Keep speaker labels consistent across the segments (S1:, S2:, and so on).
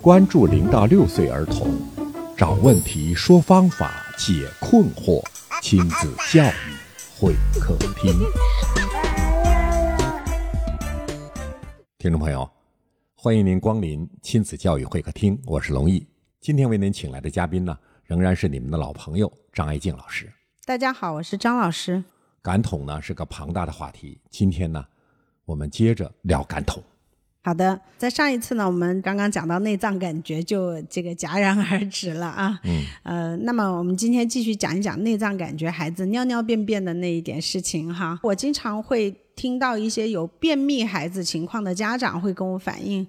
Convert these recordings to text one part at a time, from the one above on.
S1: 关注零到六岁儿童，找问题、说方法、解困惑，亲子教育会客厅。听众朋友，欢迎您光临亲子教育会客厅，我是龙毅。今天为您请来的嘉宾呢，仍然是你们的老朋友张爱静老师。
S2: 大家好，我是张老师。
S1: 感统呢是个庞大的话题，今天呢，我们接着聊感统。
S2: 好的，在上一次呢，我们刚刚讲到内脏感觉就这个戛然而止了啊。
S1: 嗯。
S2: 呃，那么我们今天继续讲一讲内脏感觉孩子尿尿便便的那一点事情哈。我经常会听到一些有便秘孩子情况的家长会跟我反映，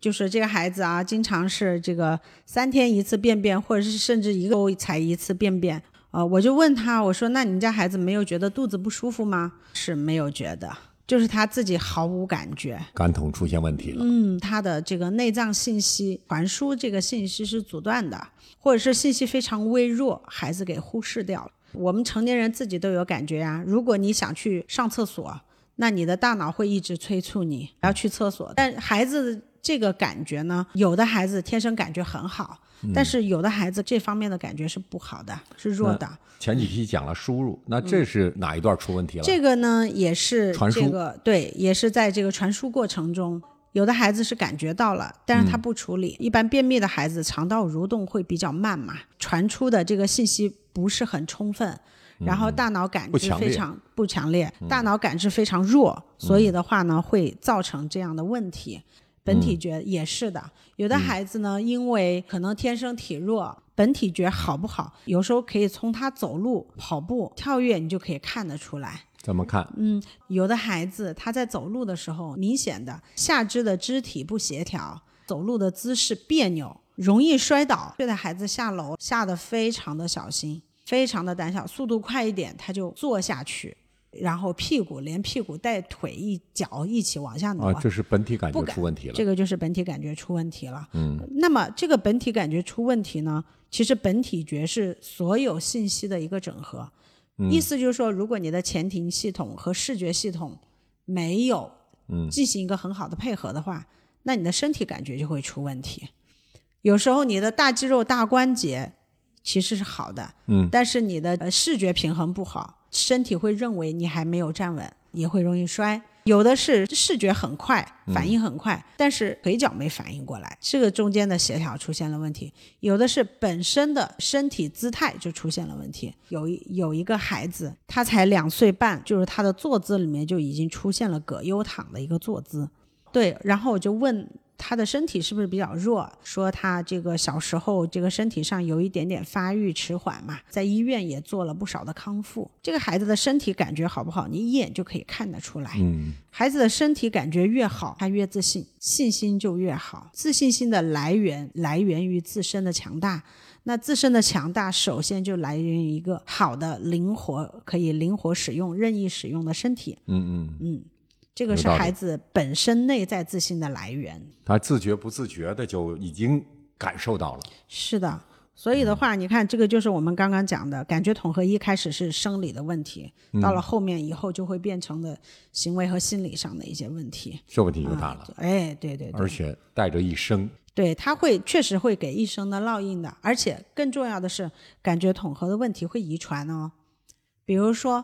S2: 就是这个孩子啊，经常是这个三天一次便便，或者是甚至一个周才一次便便。呃，我就问他，我说：“那你们家孩子没有觉得肚子不舒服吗？”是没有觉得，就是他自己毫无感觉。
S1: 感统出现问题了，
S2: 嗯，它的这个内脏信息传输这个信息是阻断的，或者是信息非常微弱，孩子给忽视掉了。我们成年人自己都有感觉呀、如果你想去上厕所，那你的大脑会一直催促你要去厕所，但孩子。这个感觉呢，有的孩子天生感觉很好，但是有的孩子这方面的感觉是不好的，是弱的。
S1: 前几期讲了输入，那这是哪一段出问题了？
S2: 这个呢，也是
S1: 传输
S2: 这个对，也是在这个传输过程中，有的孩子是感觉到了，但
S1: 嗯
S2: 是他不处理。一般便秘的孩子肠道蠕动会比较慢嘛，传出的这个信息不是很充分，然后大脑感
S1: 嗯不
S2: 知
S1: 强
S2: 非
S1: 烈嗯
S2: 常不强烈，大脑感知非常弱，所以的话呢，会造成这样的问题。本
S1: 嗯
S2: 体觉也是的，有的孩子呢，因为可能天生体弱，本体觉好不好，有时候可以从他走路、跑步、跳跃，你就可以看得出来。
S1: 怎么看？
S2: 嗯，有的孩子他在走路的时候，明显的下肢的肢体不协调，走路的姿势别扭，容易摔倒。对的孩子下楼下的非常的小心，非常的胆小，速度快一点他就坐下去，然后屁股连屁股带腿一脚一起往下挪。
S1: 啊，这是本体感觉
S2: 不敢
S1: 出问题了。
S2: 这个就是本体感觉出问题了。
S1: 嗯，
S2: 那么这个本体感觉出问题呢，其实本体觉是所有信息的一个整合。
S1: 嗯
S2: 意思就是说，如果你的前庭系统和视觉系统没有
S1: 嗯
S2: 进行一个很好的配合的话，那你的身体感觉就会出问题。有时候你的大肌肉、大关节其实是好的，
S1: 嗯，
S2: 但是你的呃视觉平衡不好，身体会认为你还没有站稳，也会容易摔。有的是视觉很快，反应很快，但是腿脚没反应过来，这个中间的协调出现了问题。有的是本身的身体姿态就出现了问题。有一有一个孩子，他才两岁半，就是他的坐姿里面就已经出现了葛优躺的一个坐姿。对，然后我就问他的身体是不是比较弱，说他这个小时候这个身体上有一点点发育迟缓嘛，在医院也做了不少的康复。这个孩子的身体感觉好不好，你一眼就可以看得出来。
S1: 嗯，
S2: 孩子的身体感觉越好，他越自信，信心就越好。自信心的来源来源于自身的强大。那自身的强大，首先就来源于一个好的、灵活、可以灵活使用、任意使用的身体。
S1: 嗯嗯，
S2: 这个
S1: 有
S2: 是
S1: 道理
S2: 孩子本身内在自信的来源。
S1: 他自觉不自觉的就已经感受到了。
S2: 是的，所
S1: 嗯
S2: 以的话，你看，这个就是我们刚刚讲的感觉统合，一开始是生理的问题，到
S1: 嗯
S2: 了后面以后就会变成的行为和心理上的一些问题。
S1: 这问题就大了，
S2: 哎，对对对
S1: 而，且带着一生。
S2: 对，它会确实会给一生的烙印的，而且更重要的是，感觉统合的问题会遗传哦。比如说，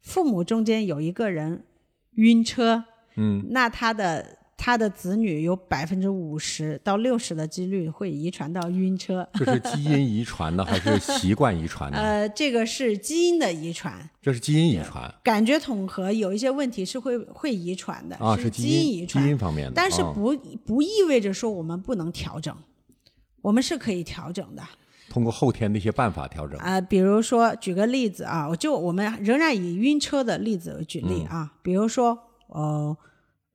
S2: 父母中间有一个人晕车，
S1: 嗯，
S2: 那他的他的子女有百分之五十到六十的几率会遗传到晕车。
S1: 这是基因遗传呢，还是习惯遗传呢？
S2: 呃，这个是基因的遗传，
S1: 这是基因遗传
S2: 感觉统合有一些问题是会会遗传的，
S1: 啊，
S2: 是
S1: 基
S2: 因遗传，
S1: 基因方面的。
S2: 但是
S1: 啊
S2: 不、不意味着说我们不能调整，我们是可以调整的。
S1: 通过后天的一些办法调整，
S2: 啊、比如说举个例子啊，我就我们仍然以晕车的例子为举例啊，比如说呃，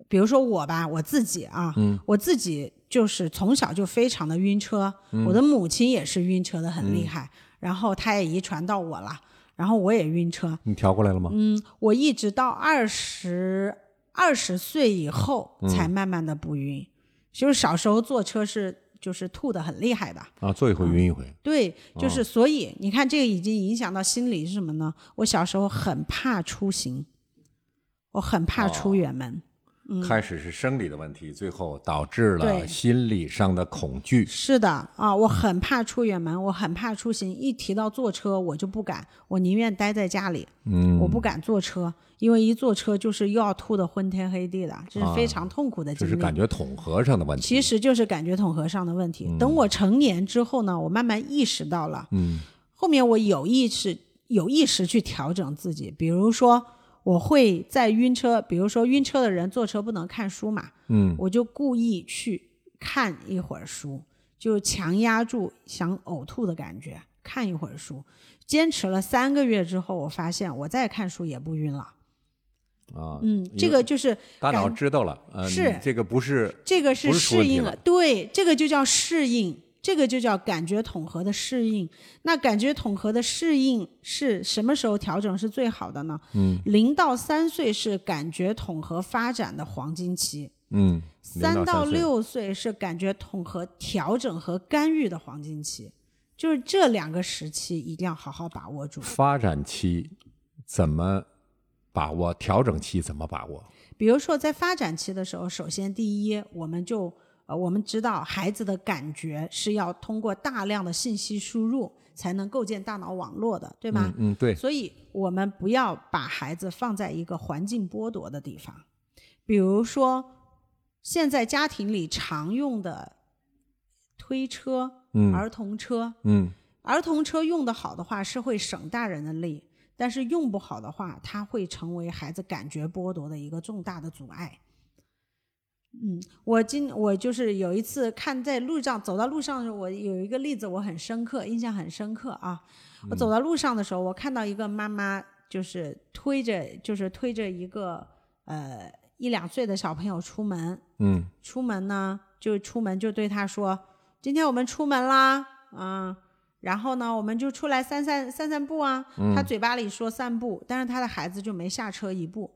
S2: 比如说我吧，我自己啊，我自己就是从小就非常的晕车，我的母亲也是晕车的很厉害，然后她也遗传到我了，然后我也晕车，
S1: 你调过来了吗？
S2: 嗯，我一直到二十二十岁以后才慢慢的不晕，就是小时候坐车是就是吐的很厉害的。
S1: 啊，做一回晕一回，
S2: 对，
S1: 哦
S2: 就是所以你看，这个已经影响到心理
S1: 哦
S2: 是什么呢？我小时候很怕出行，我很怕出远门，
S1: 开始是生理的问题，最后导致了
S2: 嗯对
S1: 心理上的恐惧。
S2: 是的啊，我很怕出远门，我很怕出行。一提到坐车，我就不敢，我宁愿待在家里，
S1: 嗯，
S2: 我不敢坐车，因为一坐车就是又要吐得昏天黑地的，这是非常痛苦的
S1: 啊就
S2: 经
S1: 是
S2: 历。
S1: 感觉嗯统合上的问题。
S2: 其实就是感觉统合上的问题。等我成年之后呢，我慢慢意识到了，
S1: 嗯，
S2: 后面我有意识有意识去调整自己，比如说我会在晕车，比如说晕车的人坐车不能看书嘛，
S1: 嗯，
S2: 我就故意去看一会儿书，就强压住想呕吐的感觉，看一会儿书。坚持了三个月之后，我发现我再看书也不晕了。
S1: 啊，
S2: 嗯，这个就是
S1: 大脑
S2: 感
S1: 知道了，呃，
S2: 是
S1: 你这个不是
S2: 这个
S1: 不是出
S2: 适
S1: 问题
S2: 应
S1: 了
S2: 了，对，这个就叫适应，这个就叫感觉统合的适应。那感觉统合的适应是什么时候调整是最好的呢？嗯，零到三岁是感觉统合发展的黄金期，
S1: 嗯，零
S2: 三到
S1: 岁
S2: 六岁是感觉统合调整和干预的黄金期，就是这两个时期一定要好好把握住。
S1: 发展期怎么把握，调整期怎么把握？
S2: 比如说在发展期的时候，首先第一，我们就呃我们知道孩子的感觉是要通过大量的信息输入才能构建大脑网络的，对吧
S1: 嗯？嗯，对，
S2: 所以我们不要把孩子放在一个环境剥夺的地方，比如说现在家庭里常用的推车、
S1: 嗯
S2: 儿童车，
S1: 嗯
S2: 儿童车用的好的话是会省大人的力，但是用不好的话，它会成为孩子感觉剥夺的一个重大的阻碍。嗯，我今我就是有一次看在路上走到路上的时候，我有一个例子我很深刻，印象很深刻啊。我走到路上的时候，我看到一个妈妈就是推着就是推着一个呃一两岁的小朋友出门，
S1: 嗯
S2: 出门呢，就出门就对他说：“今天我们出门啦，嗯，然后呢，我们就出来散散散散步啊。
S1: 嗯
S2: 他嘴巴里说散步，但是他的孩子就没下车一步，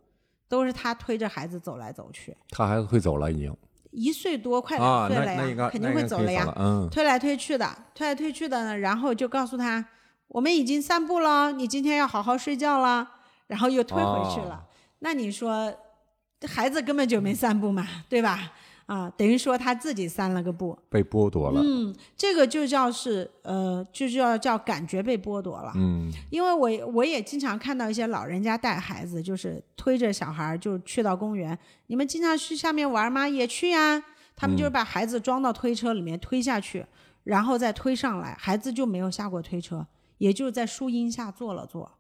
S2: 都是他推着孩子走来走去，
S1: 他还会走了已经
S2: 一岁多快
S1: 啊，
S2: 两岁
S1: 那
S2: 了呀，
S1: 那应该
S2: 肯
S1: 那应
S2: 定会
S1: 该
S2: 走
S1: 可以
S2: 了呀，
S1: 嗯
S2: 推来推去的，推来推去的呢，然后就告诉他，我们已经散步了，你今天要好好睡觉了，然后又推回去了。
S1: 哦
S2: 那你说，这孩子根本就没散步嘛，对吧？啊，等于说他自己散了个步，
S1: 被剥夺了，
S2: 嗯，这个就叫是呃，就叫叫感觉被剥夺了。
S1: 嗯
S2: 因为我我也经常看到一些老人家带孩子，就是推着小孩儿就去到公园，你们经常去下面玩吗？也去呀。他们就是把孩子装到推车里面推下去，然后再推上来，孩子就没有下过推车，也就是在树荫下坐了坐，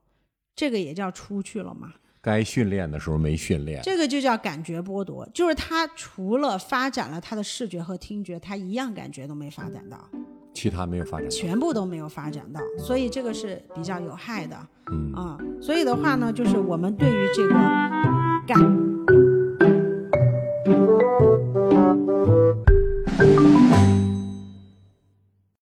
S2: 这个也叫出去了嘛。
S1: 该训练的时候没训练，
S2: 这个就叫感觉剥夺，就是他除了发展了他的视觉和听觉，他一样感觉都没发展到。
S1: 其他没有发展。
S2: 全部都没有发展到，所以这个是比较有害的。
S1: 嗯
S2: 啊，所以的话呢，就是我们对于这个感。